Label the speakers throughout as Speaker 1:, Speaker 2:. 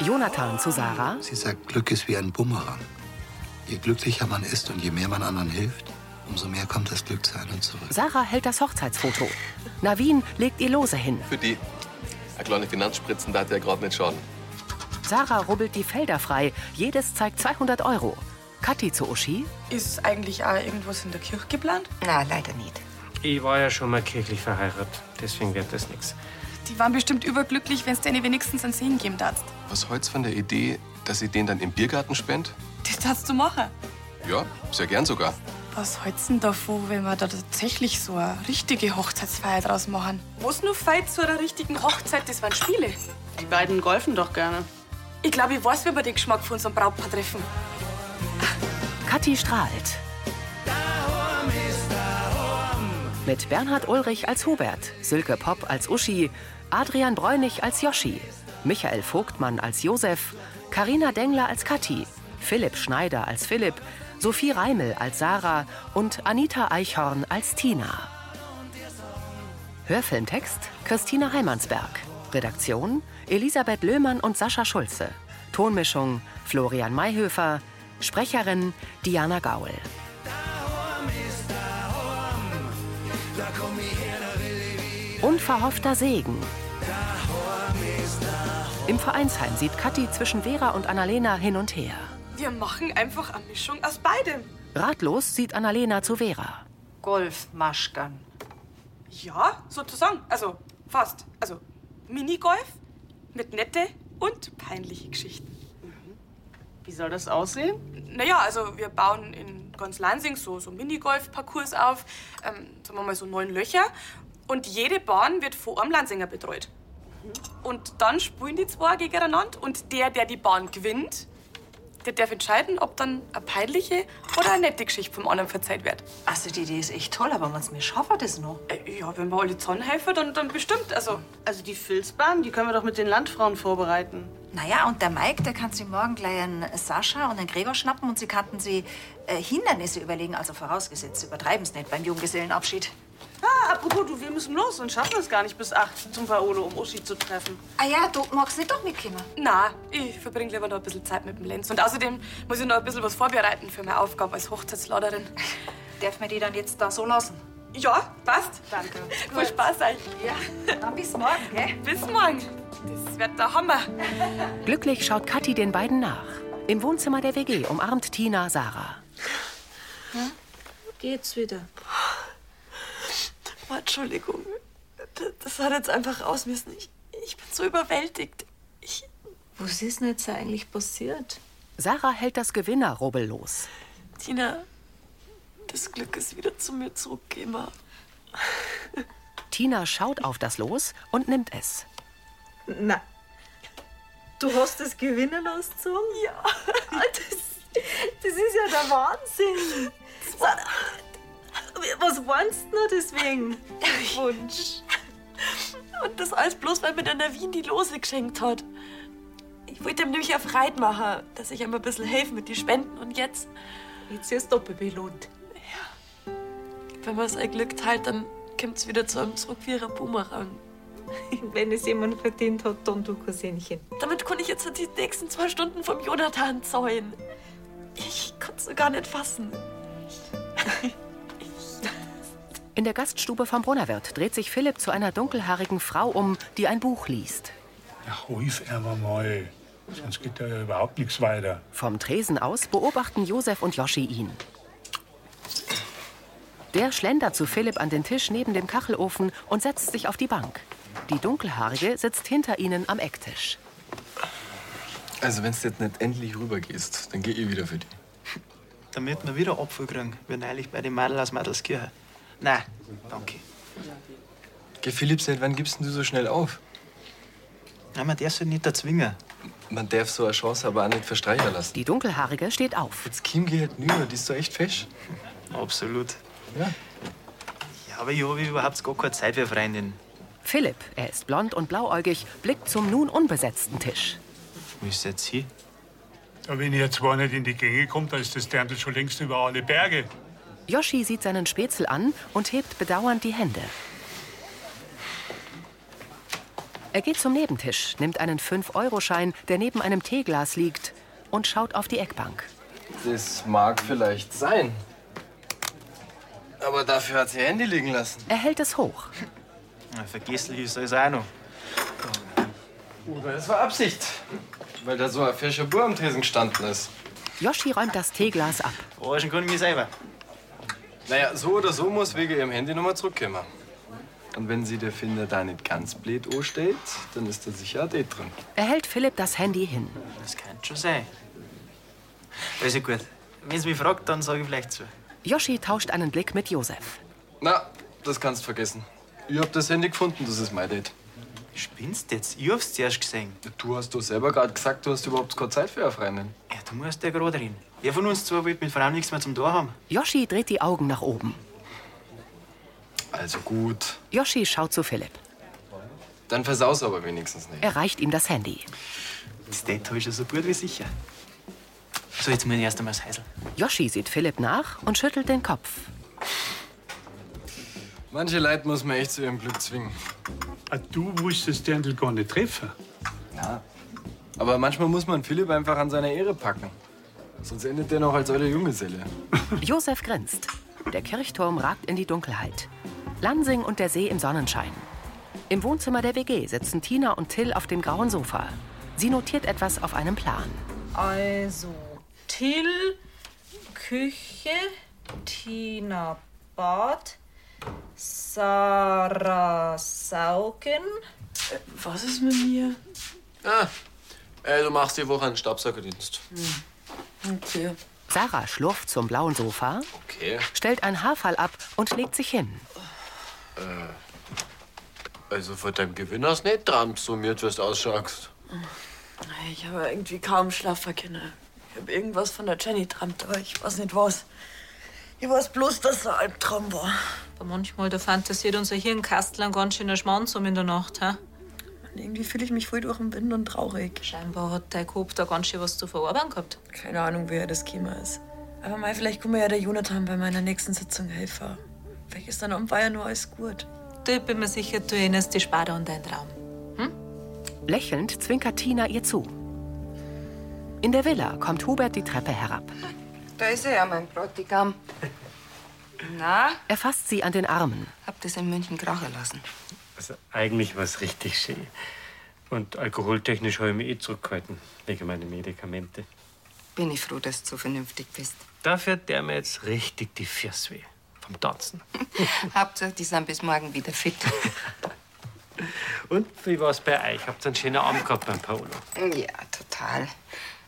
Speaker 1: Jonathan zu Sarah.
Speaker 2: Sie sagt, Glück ist wie ein Bumerang. Je glücklicher man ist und je mehr man anderen hilft, umso mehr kommt das Glück zu einem zurück.
Speaker 1: Sarah hält das Hochzeitsfoto. Navin legt ihr Lose hin.
Speaker 3: Für die. Eine kleine Finanzspritzen, da hat ja gerade nicht schaden.
Speaker 1: Sarah rubbelt die Felder frei. Jedes zeigt 200 Euro. Kathi zu Uschi.
Speaker 4: Ist eigentlich auch irgendwas in der Kirche geplant?
Speaker 5: Na, leider nicht.
Speaker 6: Ich war ja schon mal kirchlich verheiratet, deswegen wird das nichts.
Speaker 4: Die waren bestimmt überglücklich, wenn es denen wenigstens einen Segen geben darfst.
Speaker 3: Was hältst von der Idee, dass ihr den dann im Biergarten spendet?
Speaker 4: Das darfst du machen.
Speaker 3: Ja, sehr gern sogar.
Speaker 4: Was hältst du denn davon, wenn wir da tatsächlich so eine richtige Hochzeitsfeier draus machen? Was nur feit zu einer richtigen Hochzeit, das waren Spiele.
Speaker 7: Die beiden golfen doch gerne.
Speaker 4: Ich glaube, ich weiß, wie wir den Geschmack von unserem Brautpaar treffen.
Speaker 1: Kathi strahlt. Mit Bernhard Ulrich als Hubert, Silke Popp als Uschi, Adrian Bräunig als Joschi, Michael Vogtmann als Josef, Karina Dengler als Kathi, Philipp Schneider als Philipp, Sophie Reimel als Sarah und Anita Eichhorn als Tina. Hörfilmtext Christina Heimansberg. Redaktion Elisabeth Löhmann und Sascha Schulze. Tonmischung Florian Mayhöfer. Sprecherin Diana Gaul. Unverhoffter Segen. Im Vereinsheim sieht Kathi zwischen Vera und Annalena hin und her.
Speaker 4: Wir machen einfach eine Mischung aus beidem.
Speaker 1: Ratlos sieht Annalena zu Vera.
Speaker 5: Golfmaschkern.
Speaker 4: Ja, sozusagen. Also, fast. Also, Minigolf mit nette und peinliche Geschichten.
Speaker 7: Wie soll das aussehen?
Speaker 4: Naja, also wir bauen in ganz Lansing so, so Minigolf-Parcours auf, ähm, sagen wir mal so neun Löcher. Und jede Bahn wird von einem Lansinger betreut. Und dann spielen die zwei gegeneinander und der, der die Bahn gewinnt, der darf entscheiden, ob dann eine peinliche oder eine nette Geschichte vom anderen verzeiht wird.
Speaker 5: Also, die Idee ist echt toll, aber man mir schaffen wir das noch.
Speaker 4: Äh, ja, wenn wir alle zusammenhelfen, dann, dann bestimmt. Also,
Speaker 7: Also die Filzbahn, die können wir doch mit den Landfrauen vorbereiten.
Speaker 5: Naja, und der Mike, der kann sich morgen gleich einen Sascha und einen Gregor schnappen und sie kannten sie äh, Hindernisse überlegen, also vorausgesetzt, übertreiben es nicht beim Junggesellenabschied.
Speaker 7: Ah, apropos, du, wir müssen los und schaffen es gar nicht bis acht zum Paolo, um Uschi zu treffen.
Speaker 5: Ah ja, du magst nicht doch mitkommen.
Speaker 4: na, ich verbringe lieber noch ein bisschen Zeit mit dem Lenz. Und außerdem muss ich noch ein bisschen was vorbereiten für meine Aufgabe als Hochzeitsladerin.
Speaker 5: Darf man die dann jetzt da so lassen?
Speaker 4: Ja, passt.
Speaker 7: Danke.
Speaker 4: Viel Spaß euch.
Speaker 5: Ja, dann bis morgen, gell?
Speaker 4: Bis morgen. Das wird der Hammer.
Speaker 1: Glücklich schaut Kathi den beiden nach. Im Wohnzimmer der WG umarmt Tina Sarah.
Speaker 8: Geht's wieder.
Speaker 9: Boah, Oh, Entschuldigung. D- Das hat jetzt einfach aus mir. Ich, ich bin so überwältigt. Ich,
Speaker 8: Was ist denn jetzt eigentlich passiert?
Speaker 1: Sarah hält das Gewinnerrubbel los.
Speaker 9: Tina, das Glück ist wieder zu mir zurückgekommen.
Speaker 1: Tina schaut auf das Los und nimmt es.
Speaker 8: Na, du hast das Gewinnen ausgezogen? Ja. Das, das ist ja der Wahnsinn. So, Was warnst du noch deswegen? Wunsch.
Speaker 9: Und das alles bloß, weil mir der Navin die Lose geschenkt hat. Ich wollte ihm nämlich auf Reit machen, dass ich ihm ein bisschen helfe mit den Spenden. Und jetzt,
Speaker 8: Jetzt ist doppelt belohnt.
Speaker 9: wenn man sein Glück teilt, dann kommt es wieder zu einem zurück wie ein Boomerang.
Speaker 8: Wenn es jemand verdient hat, dann du Cousinchen.
Speaker 9: Damit konnte ich jetzt die nächsten zwei Stunden vom Jonathan zäunen. Ich konnte es so gar nicht fassen.
Speaker 1: In der Gaststube vom Brunnerwirt dreht sich Philipp zu einer dunkelhaarigen Frau um, die ein Buch liest.
Speaker 10: Ja, hilf einmal mal. Sonst geht da ja überhaupt nichts weiter.
Speaker 1: Vom Tresen aus beobachten Josef und Joschi ihn. Der schlendert zu Philipp an den Tisch neben dem Kachelofen und setzt sich auf die Bank. Die Dunkelhaarige sitzt hinter ihnen am Ecktisch.
Speaker 3: Also, wenn du jetzt nicht endlich rübergehst, dann geh ich wieder für die.
Speaker 11: Damit wir wieder Apfel kriegen, wie neulich bei den Mädel aus Mädelskirche. Nein, danke.
Speaker 3: Geh, Philipp, seit wann gibst denn du so schnell auf?
Speaker 11: Nein, man darf sich nicht erzwingen.
Speaker 3: Man darf so eine Chance aber auch nicht verstreichen lassen.
Speaker 1: Die Dunkelhaarige steht auf.
Speaker 3: Jetzt Kim geht halt nüber, die ist so echt fesch.
Speaker 11: Absolut.
Speaker 3: Ja.
Speaker 11: Ja, aber ich habe überhaupt gar keine Zeit für eine Freundin.
Speaker 1: Philipp, er ist blond und blauäugig, blickt zum nun unbesetzten Tisch.
Speaker 11: Wo ist sie jetzt hin?
Speaker 10: Ja, wenn ihr zwar nicht in die Gänge kommt, dann ist das Dirndl schon längst über alle Berge.
Speaker 1: Joschi sieht seinen Spätzle an und hebt bedauernd die Hände. Er geht zum Nebentisch, nimmt einen 5-Euro-Schein, der neben einem Teeglas liegt, und schaut auf die Eckbank.
Speaker 3: Das mag vielleicht sein. Aber dafür hat sie ihr Handy liegen lassen.
Speaker 1: Er hält es hoch.
Speaker 11: Na, vergesslich ist das auch noch.
Speaker 3: Oder es Oh, war Absicht, weil da so ein fischer Bur am Tresen gestanden ist.
Speaker 1: Yoshi räumt das Teeglas ab.
Speaker 11: Verarschen kann ich mich selber.
Speaker 3: Naja, so oder so muss wegen ihrem Handynummer zurückkommen. Und wenn sie der Finder da nicht ganz blöd anstellt, dann ist da sicher ein Date drin.
Speaker 1: Er hält Philipp das Handy hin.
Speaker 11: Das kann schon sein. Also gut, wenn sie mich fragt, dann sage ich vielleicht zu.
Speaker 1: Yoshi tauscht einen Blick mit Josef.
Speaker 3: Na, das kannst vergessen. Ich hab das Handy gefunden, das ist mein Date.
Speaker 11: Spinnst jetzt? Ich hab's zuerst gesehen.
Speaker 3: Du hast doch selber gerade gesagt, du hast überhaupt keine Zeit für eine Freundin.
Speaker 11: Ja, du musst ja gerade rein. Wer von uns zwei will mit Frauen nichts mehr zum Tor haben?
Speaker 1: Yoshi dreht die Augen nach oben.
Speaker 3: Also gut.
Speaker 1: Yoshi schaut zu Philipp.
Speaker 3: Dann versaus aber wenigstens nicht.
Speaker 1: Er reicht ihm das Handy.
Speaker 11: Das Date hab ich schon so gut wie sicher. So, jetzt muss ich erst einmal das Heisel.
Speaker 1: Yoshi sieht Philipp nach und schüttelt den Kopf.
Speaker 3: Manche Leute muss man echt zu ihrem Glück zwingen.
Speaker 10: Ah, Du willst das Dirndl gar nicht treffen.
Speaker 3: Ja. Aber manchmal muss man Philipp einfach an seiner Ehre packen. Sonst endet der noch als eure Junggeselle.
Speaker 1: Josef grinst. Der Kirchturm ragt in die Dunkelheit. Lansing und der See im Sonnenschein. Im Wohnzimmer der WG sitzen Tina und Till auf dem grauen Sofa. Sie notiert etwas auf einem Plan.
Speaker 8: Also, Till, Küche, Tina, Bad, Sarah, Saugen.
Speaker 9: Was ist mit mir?
Speaker 3: Ah, du machst die Woche einen Stabsackerdienst.
Speaker 9: Okay.
Speaker 1: Sarah schlurft zum blauen Sofa,
Speaker 3: Okay.
Speaker 1: stellt ein Haarfall ab und legt sich hin.
Speaker 12: Äh, also von deinem Gewinn hast nicht dran, so mir du ausschaust.
Speaker 9: Ich habe irgendwie kaum Schlaf verkenne. Ich habe irgendwas von der Jenny geträumt, aber ich weiß nicht was. Ich weiß bloß, dass es ein Albtraum war.
Speaker 8: Aber manchmal, da fantasiert unser Hirnkastel einen ganz schönen Schmanz um in der Nacht. He?
Speaker 9: Irgendwie fühle ich mich voll durch den Wind und traurig.
Speaker 8: Scheinbar hat dein Kopf da ganz schön was zu verarbeiten gehabt.
Speaker 9: Keine Ahnung, wer das Thema ist. Aber mal, vielleicht kann mir ja der Jonathan bei meiner nächsten Sitzung helfen. Vielleicht ist dann am Bayern nur alles gut.
Speaker 8: Da bin mir sicher, du erinnerst dich später an deinen Traum.
Speaker 1: Lächelnd zwinkert Tina ihr zu. In der Villa kommt Hubert die Treppe herab.
Speaker 13: Da ist er ja, mein Bräutigam. Na,
Speaker 1: Er fasst sie an den Armen.
Speaker 13: habt ihr's in München krachen lassen?
Speaker 6: Also eigentlich war es richtig schön. Und alkoholtechnisch habe ich mich eh zurückgehalten, wegen meiner Medikamente.
Speaker 13: Bin ich froh, dass du so vernünftig bist.
Speaker 6: Dafür der mir jetzt richtig die Füße weh. Vom Tanzen.
Speaker 13: Hauptsache, die sind bis morgen wieder fit.
Speaker 6: Und wie war es bei euch? Habt ihr einen schönen Abend gehabt beim Paolo?
Speaker 13: Ja, total.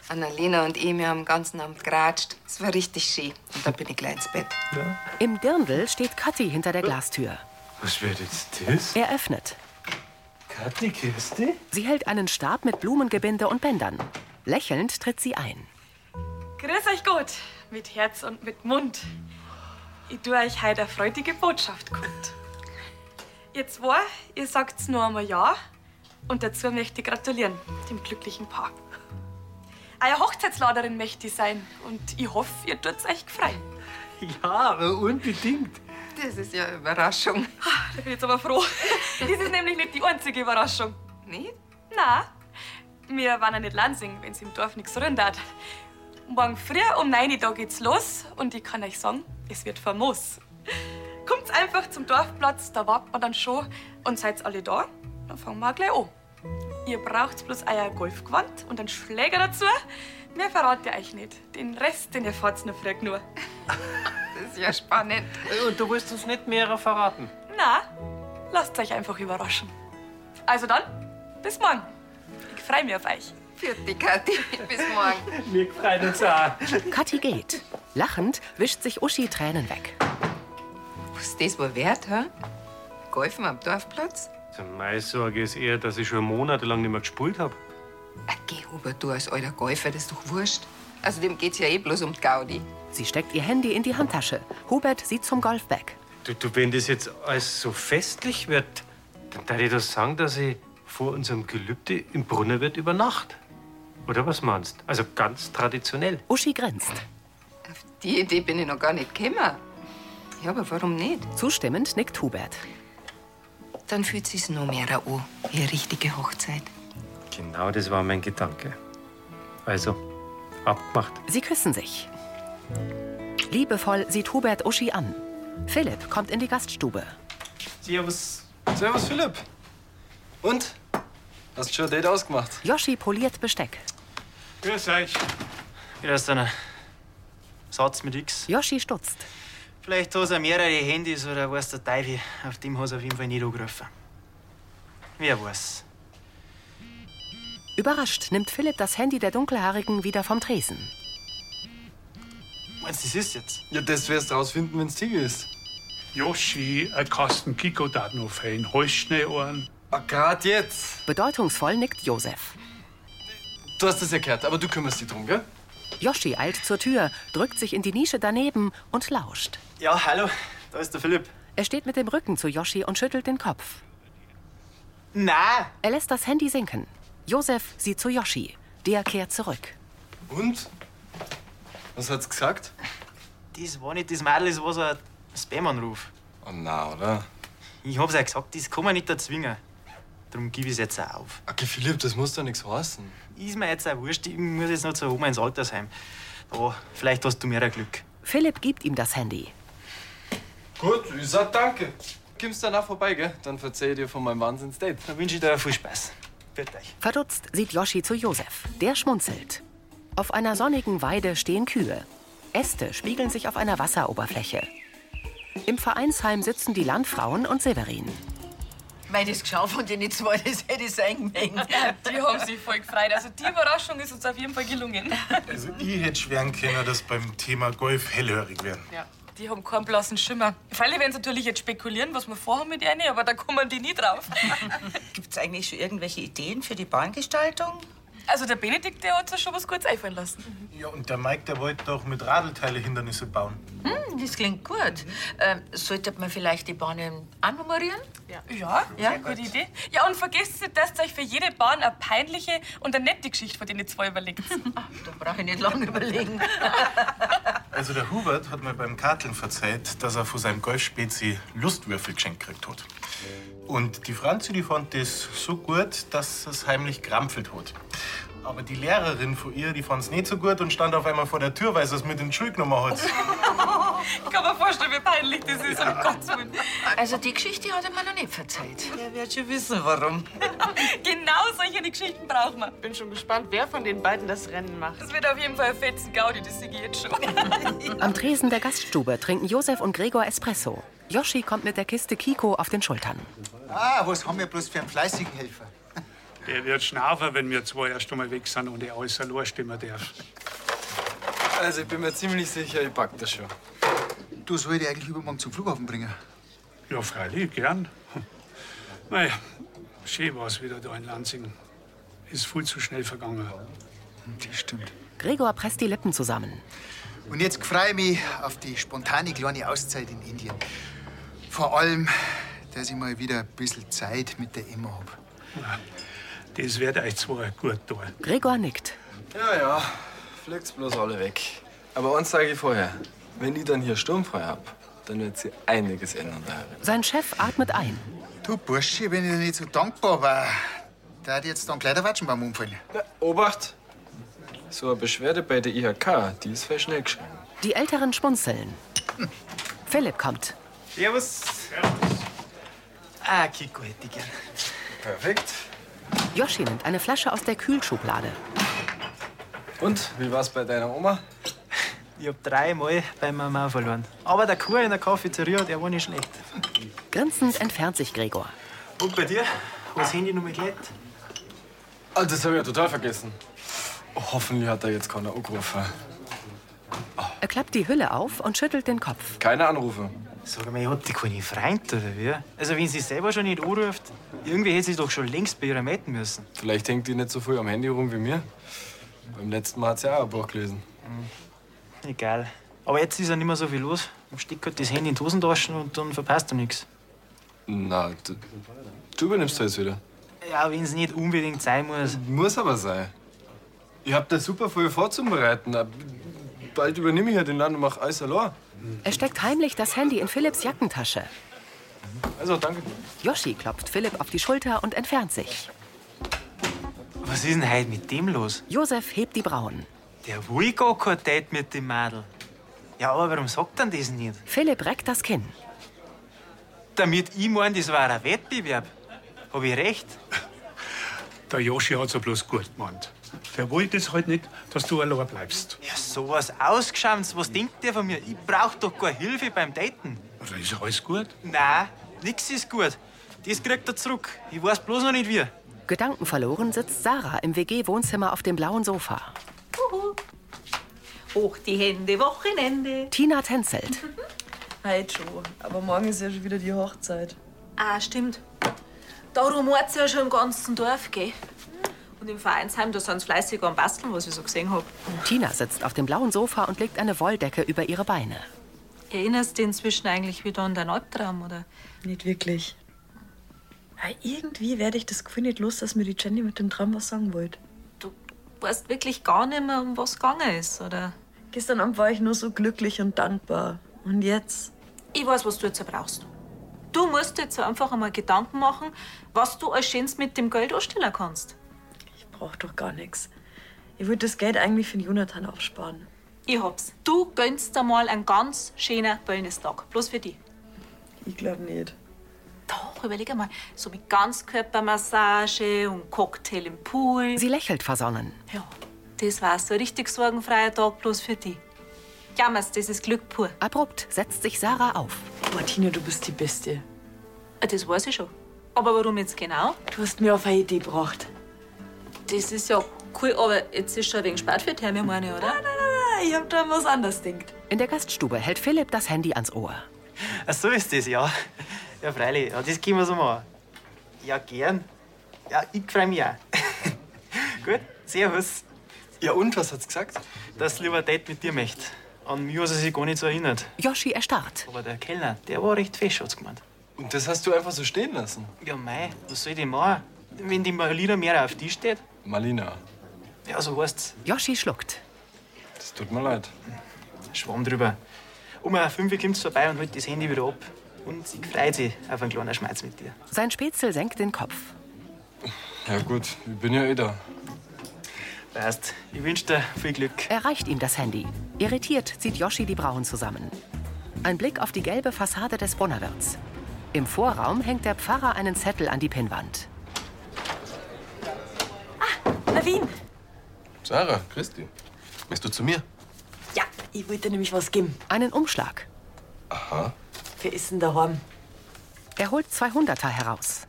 Speaker 13: Annalena und ich, wir haben den ganzen Abend geratscht. Es war richtig schön. Und dann bin ich gleich ins Bett.
Speaker 1: Im Dirndl steht Kathi hinter der Glastür.
Speaker 6: Was wird jetzt das?
Speaker 1: Er öffnet.
Speaker 6: Kathi, Kirsti?
Speaker 1: Sie hält einen Stab mit Blumengebinde und Bändern. Lächelnd tritt sie ein.
Speaker 4: Grüß euch gut, mit Herz und mit Mund. Ich tue euch heute eine freudige Botschaft kund. Ihr zwei, ihr sagt's nur einmal Ja und dazu möchte ich gratulieren, dem glücklichen Paar. Eure Hochzeitsladerin möchte ich sein und ich hoffe, ihr tut's euch gefreut.
Speaker 11: Ja, aber unbedingt.
Speaker 13: Das ist ja eine Überraschung.
Speaker 4: Da bin ich jetzt aber froh. Das ist nämlich nicht die einzige Überraschung.
Speaker 13: Nee?
Speaker 4: Na, wir waren ja nicht Lansing, wenn's im Dorf nichts rundert. Morgen früh um 9 Uhr da geht's los und ich kann euch sagen, es wird famos. Kommt einfach zum Dorfplatz, da wartet man dann schon und seid alle da, dann fangen wir auch gleich an. Ihr braucht bloß euer Golfgewand und einen Schläger dazu. Mehr verrate ich euch nicht. Den Rest, den erfahrt's noch früh genug.
Speaker 13: Das ist ja spannend.
Speaker 6: Und du willst uns nicht mehr verraten?
Speaker 4: Na, lasst euch einfach überraschen. Also dann, bis morgen. Ich freue mich auf euch.
Speaker 13: Für die Kathi. Bis morgen.
Speaker 6: Mir gefreut uns auch.
Speaker 1: Kathi geht. Lachend wischt sich Uschi Tränen weg.
Speaker 13: Was das wohl wert, hä? Golfen am Dorfplatz?
Speaker 6: Also meine Sorge ist eher, dass ich schon monatelang nicht mehr gespielt habe.
Speaker 13: Geh, Hubert, du als alter Golfer, das ist doch wurscht. Außerdem geht's ja eh bloß um die Gaudi.
Speaker 1: Sie steckt ihr Handy in die Handtasche. Hubert sieht zum Golf weg.
Speaker 6: Du, du, wenn das jetzt alles so festlich wird, dann darf ich doch sagen, dass ich vor unserem Gelübde im Brunnenwirt über Nacht. Oder was meinst? Also ganz traditionell.
Speaker 1: Uschi grinst.
Speaker 13: Die Idee bin ich noch gar nicht gekommen. Ja, aber warum nicht?
Speaker 1: Zustimmend nickt Hubert.
Speaker 13: dann fühlt sich's noch mehr an, wie eine richtige Hochzeit.
Speaker 6: Genau das war mein Gedanke. Also, abgemacht.
Speaker 1: Sie küssen sich. Liebevoll sieht Hubert Uschi an. Philipp kommt in die Gaststube.
Speaker 14: Servus. Servus, Philipp. Und? Hast schon ein Date ausgemacht?
Speaker 1: Joschi poliert Besteck.
Speaker 3: Grüß euch. Grüß dich. Satz mit X.
Speaker 1: Joschi stutzt.
Speaker 3: Vielleicht hast du mehrere Handys oder weiß der Teufel. Auf dem hast du auf jeden Fall nicht angerufen. Wer weiß.
Speaker 1: Überrascht nimmt Philipp das Handy der Dunkelhaarigen wieder vom Tresen.
Speaker 3: Meinst du, das ist jetzt?
Speaker 14: Ja, das wirst du rausfinden, wenn's Tiger ist.
Speaker 10: Joschi, ein Kasten Kiko darf noch fein. Holst schnell einen.
Speaker 14: Ah, grad jetzt.
Speaker 1: Bedeutungsvoll nickt Josef.
Speaker 14: Du hast es ja gehört, aber du kümmerst dich drum, gell?
Speaker 1: Joschi eilt zur Tür, drückt sich in die Nische daneben und lauscht.
Speaker 3: Ja, hallo. Da ist der Philipp.
Speaker 1: Er steht mit dem Rücken zu Joschi und schüttelt den Kopf.
Speaker 3: Na?
Speaker 1: Er lässt das Handy sinken. Josef sieht zu Joschi. Der kehrt zurück.
Speaker 14: Und? Was hat's gesagt?
Speaker 3: Das war nicht das Mädel, das war so ein Spam-Anruf.
Speaker 14: Oh nein, oder?
Speaker 3: Ich hab's euch gesagt, das kann man nicht erzwingen. Darum gebe ich jetzt auch auf.
Speaker 14: Okay, Philipp, das muss doch nichts heißen.
Speaker 3: Ist mir jetzt auch wurscht, ich muss jetzt noch zur Oma ins Altersheim. Da, vielleicht hast du mehr Glück.
Speaker 1: Philipp gibt ihm das Handy.
Speaker 14: Gut, ich sag danke. Kommst danach vorbei, gell? Dann verzeih ich dir von meinem Wahnsinns-Date.
Speaker 3: Dann wünsche ich dir viel Spaß. Bitte euch.
Speaker 1: Verdutzt sieht Joschi zu Josef. Der schmunzelt. Auf einer sonnigen Weide stehen Kühe. Äste spiegeln sich auf einer Wasseroberfläche. Im Vereinsheim sitzen die Landfrauen und Severin.
Speaker 7: Weil das Geschau von den zwei, das hätte ich sein gemengt.
Speaker 4: Die haben sich voll gefreut. Also die Überraschung ist uns auf jeden Fall gelungen.
Speaker 15: Also ich hätte schweren können, dass beim Thema Golf hellhörig werden.
Speaker 4: Ja, die haben keinen blassen Schimmer. Vor allem werden sie natürlich jetzt spekulieren, was wir vorhaben mit ihnen, aber da kommen die nie drauf.
Speaker 7: Gibt es eigentlich schon irgendwelche Ideen für die Bahngestaltung?
Speaker 4: Also der Benedikt, der hat sich schon was kurz einfallen lassen.
Speaker 15: Mhm. Ja, und der Mike, der wollte doch mit Radelteile Hindernisse bauen.
Speaker 7: Hm, das klingt gut. Ähm, sollte man vielleicht die Bahnen annummerieren?
Speaker 4: Ja, ja, gute Idee. Ja, und vergesst nicht, dass ihr euch für jede Bahn eine peinliche und eine nette Geschichte von denen zwei überlegt.
Speaker 7: da brauche ich nicht lange überlegen.
Speaker 15: Also der Hubert hat mir beim Karteln verzeiht, dass er von seinem Golfspezi Lustwürfel geschenkt gekriegt hat. Und die Franzi, die fand das so gut, dass es heimlich krampfelt hat. Aber die Lehrerin von ihr, die fand es nicht so gut und stand auf einmal vor der Tür, weil sie es mit den Schul genommen hat.
Speaker 4: Ich kann mir vorstellen, wie peinlich das ist, um Gottes Willen.
Speaker 7: Also die Geschichte hat er mir noch nicht verzeiht.
Speaker 16: Der
Speaker 7: wird schon wissen, warum.
Speaker 4: Genau solche Geschichten braucht man.
Speaker 16: Bin schon gespannt, wer von den beiden das Rennen macht.
Speaker 4: Das wird auf jeden Fall ein fetzen Gaudi, das sehe ich jetzt schon.
Speaker 1: Am Tresen der Gaststube trinken Josef und Gregor Espresso. Joschi kommt mit der Kiste Kiko auf den Schultern.
Speaker 17: Ah, was haben wir bloß für einen fleißigen Helfer?
Speaker 10: Der wird schnaufen, wenn wir zwei erst einmal weg sind und er alles allein stimmen darf.
Speaker 14: Also ich bin mir ziemlich sicher, ich pack das schon.
Speaker 17: Du soll ich dich eigentlich übermorgen zum Flughafen bringen.
Speaker 10: Ja, freilich, gern. Mei, schön war's wieder da in Lansing. Ist viel zu schnell vergangen.
Speaker 17: Das stimmt.
Speaker 1: Gregor presst die Lippen zusammen.
Speaker 17: Und jetzt freue ich mich auf die spontane kleine Auszeit in Indien. Vor allem, dass ich mal wieder ein bisschen Zeit mit der Emma habe.
Speaker 10: Das wird euch zwei gut tun.
Speaker 1: Gregor nickt.
Speaker 14: Ja, ja. Flex bloß alle weg. Aber uns sage ich vorher, wenn ich dann hier sturmfrei hab, dann wird sie einiges ändern. da.
Speaker 1: Sein Chef atmet ein.
Speaker 17: Du Bursche, wenn ich dir nicht so dankbar war, da hat jetzt dann gleich der Watschen beim Umfallen.
Speaker 14: Na, Obacht! So eine Beschwerde bei der IHK, die ist verschnell geschrieben.
Speaker 1: Die Älteren schmunzeln. Philipp kommt.
Speaker 3: Servus. Ah, Kiko hätte ich gern.
Speaker 14: Perfekt.
Speaker 1: Joschi nimmt eine Flasche aus der Kühlschublade.
Speaker 14: Und, wie war's bei deiner Oma?
Speaker 3: Ich hab dreimal bei Mama verloren. Aber der Kur in der Cafeteria, der war nicht schlecht.
Speaker 1: Grinsend entfernt sich Gregor.
Speaker 3: Und bei dir? Was Handy noch mal gelegt?
Speaker 14: Ah, das habe ich ja total vergessen. Oh, hoffentlich hat da jetzt keiner angerufen.
Speaker 1: Er klappt die Hülle auf und schüttelt den Kopf.
Speaker 14: Keine Anrufe.
Speaker 3: Sag mal, hat die keine Freund oder wie? Also, wenn sie selber schon nicht anruft, irgendwie hätte sie doch schon längst bei ihrer melden müssen.
Speaker 14: Vielleicht hängt die nicht so viel am Handy rum wie mir. Beim letzten Mal hat sie auch ein Buch gelesen.
Speaker 3: Egal. Aber jetzt ist ja nicht mehr so viel los. Man steckt halt das Handy in die Hosentaschen und dann verpasst du nichts.
Speaker 14: Na, du, du übernimmst das wieder.
Speaker 3: Ja, wenn es nicht unbedingt sein muss.
Speaker 14: Muss aber sein. Ich hab da super viel vorzubereiten. Bald übernehme ich ja den Laden und mach alles allein.
Speaker 1: Er steckt heimlich das Handy in Philipps Jackentasche.
Speaker 3: Also, danke.
Speaker 1: Yoshi klopft Philipp auf die Schulter und entfernt sich.
Speaker 18: Was ist denn heute mit dem los?
Speaker 1: Josef hebt die Brauen.
Speaker 18: Der will gar kein Date mit dem Madel. Ja, aber warum sagt denn das nicht?
Speaker 1: Philipp reckt das Kinn.
Speaker 18: Damit ich mein, das war ein Wettbewerb. Hab ich recht?
Speaker 10: Der Joschi hat's ja bloß gut gemeint. Der wollte es halt nicht, dass du allein bleibst.
Speaker 18: Ja, sowas Ausgeschamtes, was denkt der von mir? Ich brauch doch keine Hilfe beim Daten.
Speaker 10: Oder ist alles gut?
Speaker 18: Nein, nix ist gut. Das kriegt er zurück. Ich weiß bloß noch nicht wie.
Speaker 1: Gedankenverloren sitzt Sarah im WG-Wohnzimmer auf dem blauen Sofa.
Speaker 8: Uhu. Hoch die Hände, Wochenende.
Speaker 1: Tina tänzelt.
Speaker 8: Heute schon, aber morgen ist ja schon wieder die Hochzeit. Ah, stimmt. Darum hat ja schon im ganzen Dorf, gell? Und im Vereinsheim, da sind sie fleißig am Basteln, was ich so gesehen hab.
Speaker 1: Tina sitzt auf dem blauen Sofa und legt eine Wolldecke über ihre Beine.
Speaker 8: Erinnerst du dich inzwischen eigentlich wieder an deinen Albtraum, oder?
Speaker 19: Nicht wirklich. Aber irgendwie werde ich das Gefühl nicht los, dass mir die Jenny mit dem Traum was sagen wollte.
Speaker 8: Weißt wirklich gar nicht mehr, um was gegangen ist, oder?
Speaker 19: Gestern Abend war ich nur so glücklich und dankbar. Und jetzt?
Speaker 8: Ich weiß, was du jetzt brauchst. Du musst jetzt einfach einmal Gedanken machen, was du als Schönes mit dem Geld anstellen kannst.
Speaker 19: Ich brauche doch gar nichts. Ich würde das Geld eigentlich für den Jonathan aufsparen.
Speaker 8: Ich hab's. Du gönnst dir mal einen ganz schönen Wellness-Tag. Bloß für dich.
Speaker 19: Ich glaube nicht.
Speaker 8: Doch, überleg einmal. So mit Ganzkörpermassage und Cocktail im Pool.
Speaker 1: Sie lächelt versonnen.
Speaker 8: Ja, das war so ein richtig sorgenfreier Tag bloß für dich. Jammers, das ist Glück pur.
Speaker 1: Abrupt setzt sich Sarah auf.
Speaker 19: Martina, du bist die Beste.
Speaker 8: Ah, Das weiß ich schon. Aber warum jetzt genau?
Speaker 19: Du hast mir auf eine Idee gebracht.
Speaker 8: Das ist ja cool, aber jetzt ist schon ein wenig spät für die Hermie, meine ich, oder? Nein, nein, nein, ich hab da was anderes denkt.
Speaker 1: In der Gaststube hält Philipp das Handy ans Ohr.
Speaker 18: Ach, so ist das, ja. Ja, freilich. Ja, das können wir so machen. Ja, gern. Ja, ich freue mich auch. Gut, servus. Ja, und was hat's gesagt? Dass sie lieber ein Date mit dir möchte. An mich hat sie sich gar nicht so erinnert.
Speaker 1: Yoshi erstarrt.
Speaker 18: Aber der Kellner, der war recht fest, hat's gemeint.
Speaker 3: Und das hast du einfach so stehen lassen?
Speaker 18: Ja, mei, was soll ich denn machen? Wenn die Marlina mehr auf dich steht?
Speaker 3: Marlina,
Speaker 18: Ja, so heißt's.
Speaker 1: Yoshi schluckt.
Speaker 3: das tut mir leid.
Speaker 18: Schwamm drüber. Um eine 5 Uhr kommt's vorbei und holt das Handy wieder ab. Und sie freut sich auf einen kleinen Schmerz mit dir.
Speaker 1: Sein Spätzle senkt den Kopf.
Speaker 3: Ja gut, ich bin ja eh da.
Speaker 18: Passt. Ich wünsch dir viel Glück.
Speaker 1: Er reicht ihm das Handy. Irritiert zieht Yoshi die Brauen zusammen. Ein Blick auf die gelbe Fassade des Brunnerwirts. Im Vorraum hängt der Pfarrer einen Zettel an die Pinnwand.
Speaker 19: Marvin!
Speaker 20: Sarah, Christi, willst du zu mir?
Speaker 19: Ja, ich wollte dir nämlich was geben.
Speaker 1: Einen Umschlag.
Speaker 20: Aha.
Speaker 19: Wer ist denn daheim?
Speaker 1: Er holt 200er heraus.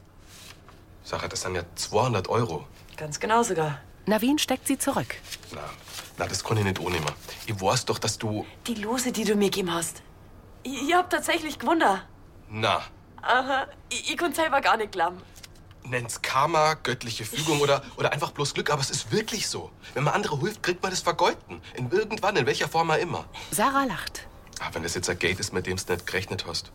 Speaker 20: Sarah, das sind ja 200 Euro.
Speaker 19: Ganz genau sogar.
Speaker 1: Navin steckt sie zurück.
Speaker 20: Na, na, das kann ich nicht ohne machen. Ich weiß doch, dass du.
Speaker 19: Die Lose, die du mir gegeben hast.
Speaker 7: Ich, ich hab tatsächlich gewundert.
Speaker 20: Na,
Speaker 7: Aha, ich, ich konnte selber gar nicht glauben.
Speaker 20: nenn's Karma, göttliche Fügung oder, oder einfach bloß Glück, aber es ist wirklich so. Wenn man andere hilft, kriegt man das Vergeuden. In irgendwann, in welcher Form auch immer.
Speaker 1: Sarah lacht.
Speaker 20: Ah, wenn das jetzt ein Gate ist, mit dem du nicht gerechnet hast.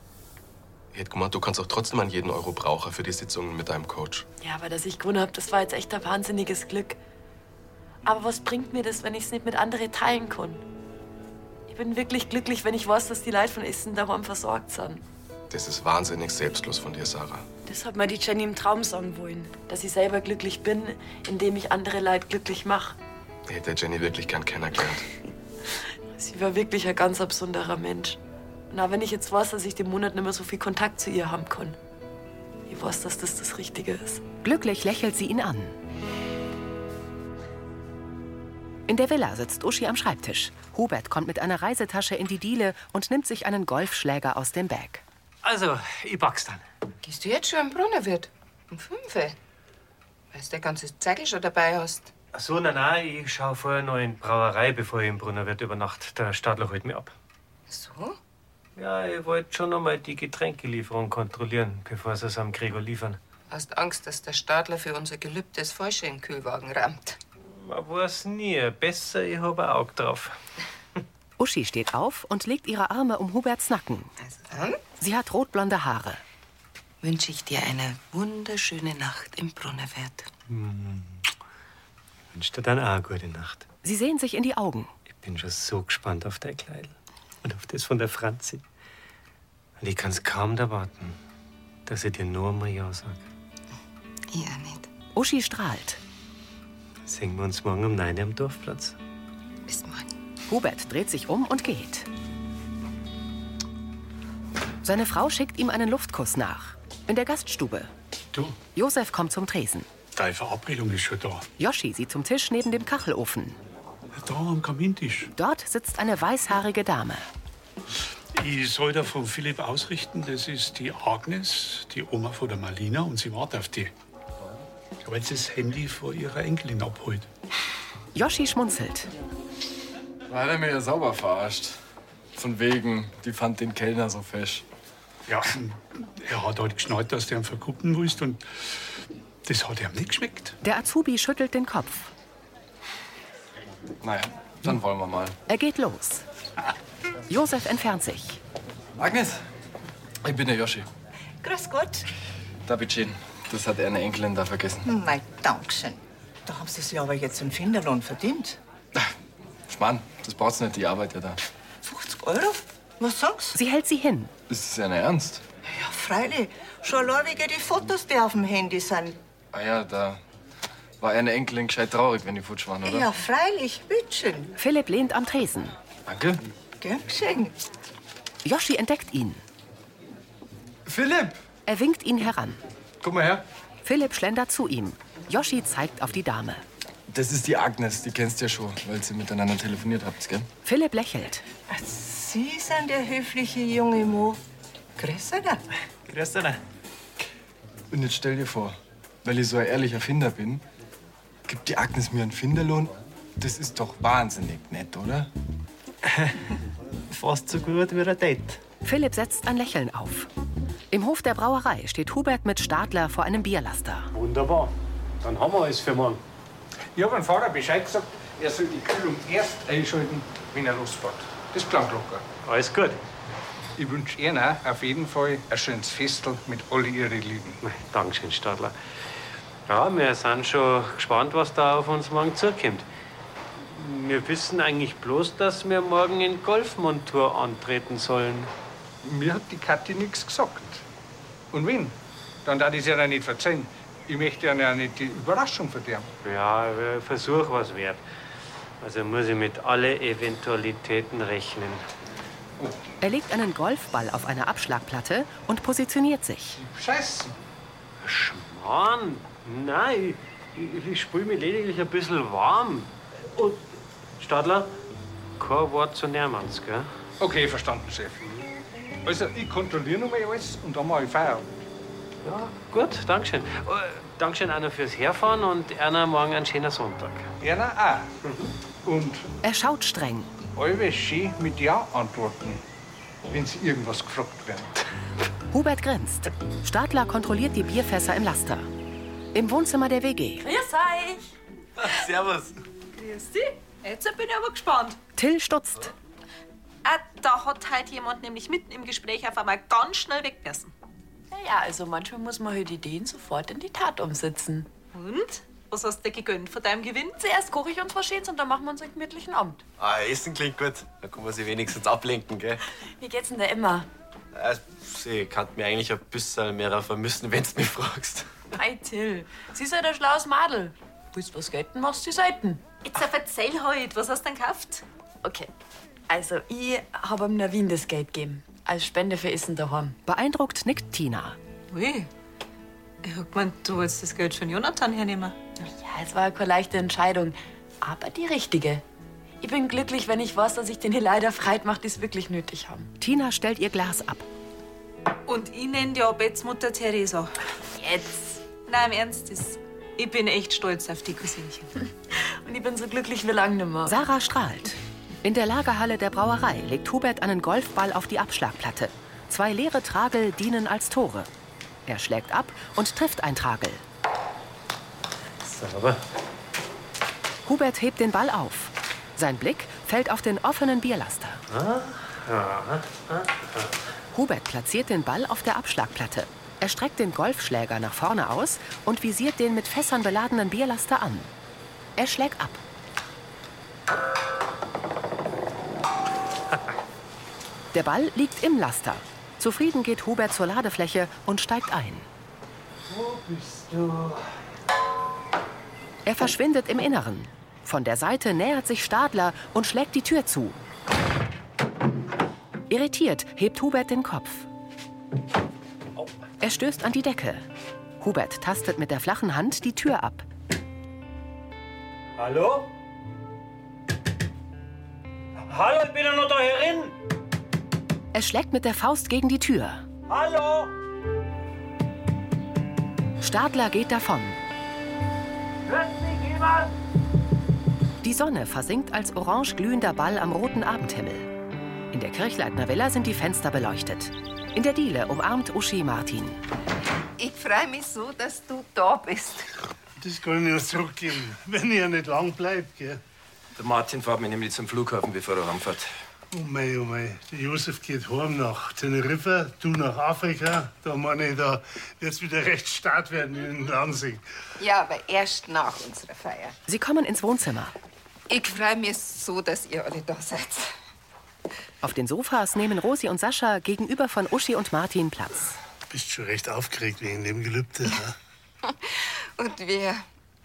Speaker 20: Ich hätte gemeint, du kannst auch trotzdem an jeden Euro brauchen für die Sitzungen mit deinem Coach.
Speaker 7: Ja, aber dass ich gewonnen hab, das war jetzt echt ein wahnsinniges Glück. Aber was bringt mir das, wenn ich es nicht mit anderen teilen kann? Ich bin wirklich glücklich, wenn ich weiß, dass die Leute von Essen daheim versorgt sind.
Speaker 20: Das ist wahnsinnig selbstlos von dir, Sarah.
Speaker 7: Das hat mir die Jenny im Traum sagen wollen. Dass ich selber glücklich bin, indem ich andere Leute glücklich mache.
Speaker 20: Ich hätte Jenny wirklich gern kennengelernt.
Speaker 7: Sie war wirklich ein ganz ein besonderer Mensch. Und auch wenn ich jetzt weiß, dass ich den Monat nicht mehr so viel Kontakt zu ihr haben kann. Ich weiß, dass das das Richtige ist.
Speaker 1: Glücklich lächelt sie ihn an. In der Villa sitzt Uschi am Schreibtisch. Hubert kommt mit einer Reisetasche in die Diele und nimmt sich einen Golfschläger aus dem Bag.
Speaker 6: Also, ich pack's dann.
Speaker 13: Gehst du jetzt schon am Brunnerwirt? Um fünf? Weil du dein ganzes Zeigel schon dabei hast.
Speaker 6: Ach so, nein, nein, ich schaue vorher noch in die Brauerei, bevor ich im Brunnerwirt übernacht. Der Stadler holt mich ab.
Speaker 13: So?
Speaker 6: Ja, ich wollte schon noch mal die Getränkelieferung kontrollieren, bevor sie es am Gregor liefern.
Speaker 13: Hast Angst, dass der Stadler für unser gelübdes Falsche in den Kühlwagen rammt.
Speaker 6: Man weiß nie. Besser, ich habe ein Auge drauf.
Speaker 1: Uschi steht auf und legt ihre Arme um Huberts Nacken. Sie hat rotblonde Haare.
Speaker 13: Wünsche ich dir eine wunderschöne Nacht im Brunnerwirt.
Speaker 6: Hm. Wünsch dir dann auch eine gute Nacht.
Speaker 1: Sie sehen sich in die Augen.
Speaker 6: Ich bin schon so gespannt auf dein Kleid und auf das von der Franzi. Und ich kann's kaum erwarten. dass ich dir nur einmal Ja sag.
Speaker 13: Ja, nicht.
Speaker 1: Uschi strahlt.
Speaker 6: Sehen wir uns morgen um 9 Uhr am Dorfplatz.
Speaker 13: Bis morgen.
Speaker 1: Hubert dreht sich um und geht. Seine Frau schickt ihm einen Luftkuss nach. In der Gaststube.
Speaker 10: Du?
Speaker 1: Josef kommt zum Tresen.
Speaker 10: Deine Verabredung ist schon da.
Speaker 1: Joschi sieht zum Tisch neben dem Kachelofen.
Speaker 10: Da am Kamintisch.
Speaker 1: Dort sitzt eine weißhaarige Dame.
Speaker 10: Ich soll da von Philipp ausrichten, das ist die Agnes, die Oma von der Marlina, und sie wartet auf die. Ich habe jetzt das Handy vor ihrer Enkelin abholt.
Speaker 1: Joschi schmunzelt.
Speaker 3: Da hat er mir ja sauber verarscht. Von wegen, die fand den Kellner so fesch.
Speaker 10: Ja, er hat halt geschnallt, dass der ihn verkuppen willst und das hat ihm nicht geschmeckt.
Speaker 1: Der Azubi schüttelt den Kopf.
Speaker 3: Naja, dann wollen wir mal.
Speaker 1: Er geht los. Josef entfernt sich.
Speaker 3: Agnes, ich bin der Joschi.
Speaker 21: Grüß Gott.
Speaker 3: Davidchen, das hat er eine Enkelin da vergessen.
Speaker 21: Nein, Dankeschön. Da haben Sie sich aber jetzt einen Finderlohn verdient.
Speaker 3: Schmarrn, das braucht's nicht, die arbeitet ja da.
Speaker 21: 50 Euro? Was sagst
Speaker 1: Sie hält sie hin.
Speaker 3: Ist das ja nicht ernst?
Speaker 21: du? Ja, freilich. Schon allein wegen die Fotos, die auf dem Handy sind.
Speaker 3: Ah ja, da war eine Enkelin gescheit traurig, wenn die futsch waren, oder?
Speaker 21: Ja, freilich. Bitteschön.
Speaker 1: Philipp lehnt am Tresen.
Speaker 3: Danke.
Speaker 21: Gern geschehen.
Speaker 1: Joschi entdeckt ihn.
Speaker 3: Philipp!
Speaker 1: Er winkt ihn heran.
Speaker 3: Guck mal her.
Speaker 1: Philipp schlendert zu ihm. Joschi zeigt auf die Dame.
Speaker 3: Das ist die Agnes, die kennst du ja schon, weil sie miteinander telefoniert habt, gell?
Speaker 1: Philipp lächelt.
Speaker 21: Sie sind der höfliche junge Mo. Grüß euch.
Speaker 3: Grüß dich. Und jetzt stell dir vor, weil ich so ein ehrlicher Finder bin, gibt die Agnes mir einen Finderlohn. Das ist doch wahnsinnig nett, oder?
Speaker 11: Fast so gut wie ein Date.
Speaker 1: Philipp setzt ein Lächeln auf. Im Hof der Brauerei steht Hubert mit Stadler vor einem Bierlaster.
Speaker 22: Wunderbar. Dann haben wir es für morgen. Ich habe dem Fahrer Bescheid gesagt, er soll die Kühlung erst einschalten, wenn er losfährt. Das klang locker. Alles gut. Ich wünsche Ihnen auch auf jeden Fall ein schönes Festel mit all Ihren Lieben.
Speaker 6: Dankeschön, Stadler. Ja, wir sind schon gespannt, was da auf uns morgen zukommt. Wir wissen eigentlich bloß, dass wir morgen in Golfmontur antreten sollen.
Speaker 22: Mir hat die Kathi nichts gesagt. Und wenn? Dann darf ich es ja nicht verzeihen. Ich möchte ja auch nicht die Überraschung verderben.
Speaker 6: Ja, wir Versuch was wert. Also muss ich mit alle Eventualitäten rechnen.
Speaker 1: Er legt einen Golfball auf eine Abschlagplatte und positioniert sich.
Speaker 22: Scheiße.
Speaker 6: Mann, nein, ich, ich spüle mich lediglich ein bisschen warm. Und Stadler, kein Wort zu Nermanns, gell?
Speaker 22: Okay, verstanden, Chef. Also, ich kontrolliere nochmal alles und dann mache ich Feier.
Speaker 6: Ja, gut, Dankeschön. Oh, Dankeschön einer fürs Herfahren und einer morgen einen schönen Sonntag.
Speaker 22: Erna auch. Und
Speaker 1: Er schaut streng.
Speaker 22: alle schön mit Ja antworten, wenn sie irgendwas gefragt werden.
Speaker 1: Hubert grinst. Stadler kontrolliert die Bierfässer im Laster. Im Wohnzimmer der WG.
Speaker 9: Grüß euch.
Speaker 11: Servus.
Speaker 8: Grüß dich. Jetzt bin ich aber gespannt.
Speaker 1: Till stutzt.
Speaker 8: Ah, da hat halt jemand nämlich mitten im Gespräch auf einmal ganz schnell weg müssen.
Speaker 7: Naja, also manchmal muss man halt Ideen sofort in die Tat umsetzen.
Speaker 8: Und? Was hast du dir gegönnt von deinem Gewinn?
Speaker 7: Zuerst koche ich uns was Schönes und dann machen wir uns einen gemütlichen Abend.
Speaker 12: Ah, Essen klingt gut. Da kann man sich wenigstens ablenken, gell?
Speaker 7: Wie geht's denn da immer?
Speaker 12: Äh, Sie kann mir eigentlich ein bisschen mehr vermissen, wenn's mich fragst.
Speaker 7: Ei, Till. Sie ist halt ein schlaues Madel. Willst was gelten, machst die Seiten.
Speaker 8: Jetzt auf erzähl halt, was hast du denn gekauft?
Speaker 7: Okay. Also, ich habe ihm Navin das Geld gegeben. Als Spende für Essen daheim.
Speaker 1: Beeindruckt nickt Tina.
Speaker 8: Ui. Ich hab gemeint, du wolltest das Geld von Jonathan hernehmen.
Speaker 7: Ja, es war keine leichte Entscheidung, aber die richtige. Ich bin glücklich, wenn ich weiß, dass ich den hier leider freit mache, die es wirklich nötig haben.
Speaker 1: Tina stellt ihr Glas ab.
Speaker 8: Und ich nenne die ab jetzt Mutter Teresa. Jetzt? Nein, im Ernst, das- ich bin echt stolz auf die Cousinchen.
Speaker 7: Und ich bin so glücklich wie lang nimmer.
Speaker 1: Sarah strahlt. In der Lagerhalle der Brauerei legt Hubert einen Golfball auf die Abschlagplatte. Zwei leere Tragel dienen als Tore. Er schlägt ab und trifft ein Tragel.
Speaker 6: Sauber.
Speaker 1: Hubert hebt den Ball auf. Sein Blick fällt auf den offenen Bierlaster.
Speaker 6: Ah, ah, ah, ah.
Speaker 1: Hubert platziert den Ball auf der Abschlagplatte. Er streckt den Golfschläger nach vorne aus und visiert den mit Fässern beladenen Bierlaster an. Er schlägt ab. Der Ball liegt im Laster. Zufrieden geht Hubert zur Ladefläche und steigt ein.
Speaker 21: Wo bist du?
Speaker 1: Er verschwindet im Inneren. Von der Seite nähert sich Stadler und schlägt die Tür zu. Irritiert hebt Hubert den Kopf. Er stößt an die Decke. Hubert tastet mit der flachen Hand die Tür ab.
Speaker 6: Hallo? Hallo, ich bin ja noch da herin.
Speaker 1: Er schlägt mit der Faust gegen die Tür.
Speaker 6: Hallo?
Speaker 1: Stadler geht davon.
Speaker 6: Hört mich jemand?
Speaker 1: Die Sonne versinkt als orange glühender Ball am roten Abendhimmel. In der Kirchleitner Villa sind die Fenster beleuchtet. In der Diele umarmt Uschi Martin.
Speaker 13: Ich freue mich so, dass du da bist.
Speaker 14: Das kann ich nicht zurückgeben, wenn ihr nicht lang bleibt. Gell?
Speaker 23: Der Martin fährt mich nämlich zum Flughafen, bevor er heimfährt.
Speaker 14: Oh mei, oh mei. Der Josef geht heim nach Teneriffa, du nach Afrika. Da meine ich, da wird's wieder recht stark werden in Lansing.
Speaker 13: Ja, aber erst nach unserer Feier.
Speaker 1: Sie kommen ins Wohnzimmer.
Speaker 13: Ich freue mich so, dass ihr alle da seid.
Speaker 1: Auf den Sofas nehmen Rosi und Sascha gegenüber von Uschi und Martin Platz.
Speaker 14: Bist schon recht aufgeregt wegen dem Gelübde.
Speaker 21: Ah.
Speaker 14: Ne?
Speaker 13: Und wir.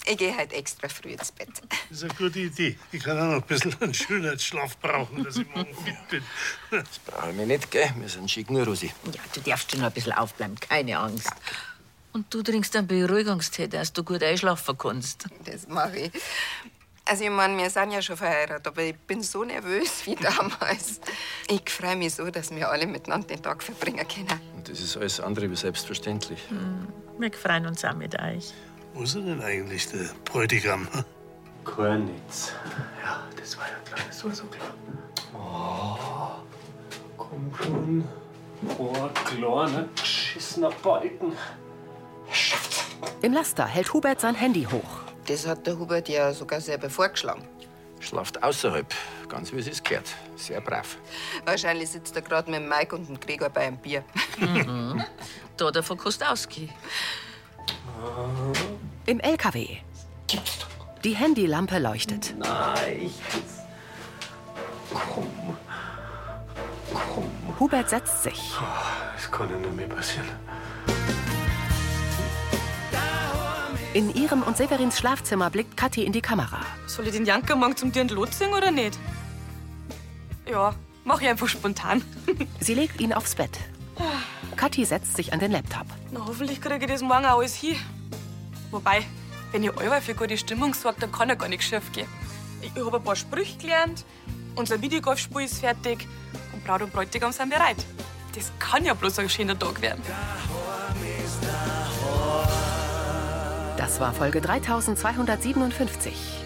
Speaker 13: Ich gehe heute extra früh ins Bett.
Speaker 14: Ist eine gute Idee. Ich kann auch noch ein bisschen einen Schönheitsschlaf brauchen, dass ich morgen fit bin.
Speaker 23: Das brauche ich mir nicht, gell? Wir sind schick nur, Rosi.
Speaker 15: Ja, du darfst schon noch ein bisschen aufbleiben, keine Angst. Und du trinkst einen Beruhigungstee, dass du gut einschlafen kannst.
Speaker 13: Das mache ich. Also, ich meine, wir sind ja schon verheiratet, aber ich bin so nervös wie damals. Ich freue mich so, dass wir alle miteinander den Tag verbringen können.
Speaker 23: Und das ist alles andere wie selbstverständlich.
Speaker 19: Wir freuen uns auch mit euch.
Speaker 14: Wo ist er denn eigentlich, der Bräutigam?
Speaker 6: Körnitz. Ja, das war ja klar, das war so klar. Oh, komm schon. Oh, kleiner, geschissener Balken.
Speaker 1: Im Laster hält Hubert sein Handy hoch.
Speaker 13: Das hat der Hubert ja sogar selber vorgeschlagen.
Speaker 23: Schlaft außerhalb, ganz wie es ist gehört. Sehr brav.
Speaker 13: Wahrscheinlich sitzt er gerade mit dem Mike und dem Gregor bei einem Bier.
Speaker 15: Da davon kannst du ausgehen.
Speaker 1: Im LKW. Die Handylampe leuchtet.
Speaker 6: Nein.
Speaker 1: Hubert setzt sich.
Speaker 6: Das kann ja nicht mehr passieren.
Speaker 1: In ihrem und Severins Schlafzimmer blickt Kathi in die Kamera.
Speaker 4: Soll ich den Janker morgen zum Dirn Lot singen oder nicht? Ja, mach ich einfach spontan.
Speaker 1: Sie legt ihn aufs Bett.
Speaker 15: Ah.
Speaker 1: Kathi setzt sich an den Laptop.
Speaker 4: Na, hoffentlich kriege ich das morgen auch alles hin. Wobei, wenn ihr euer für gute Stimmung sorgt, dann kann ja gar nichts schief gehen. Ich habe ein paar Sprüche gelernt, unser Videogolfspiel ist fertig und Braut und Bräutigam sind bereit. Das kann ja bloß ein schöner Tag werden.
Speaker 1: Das war Folge 3257.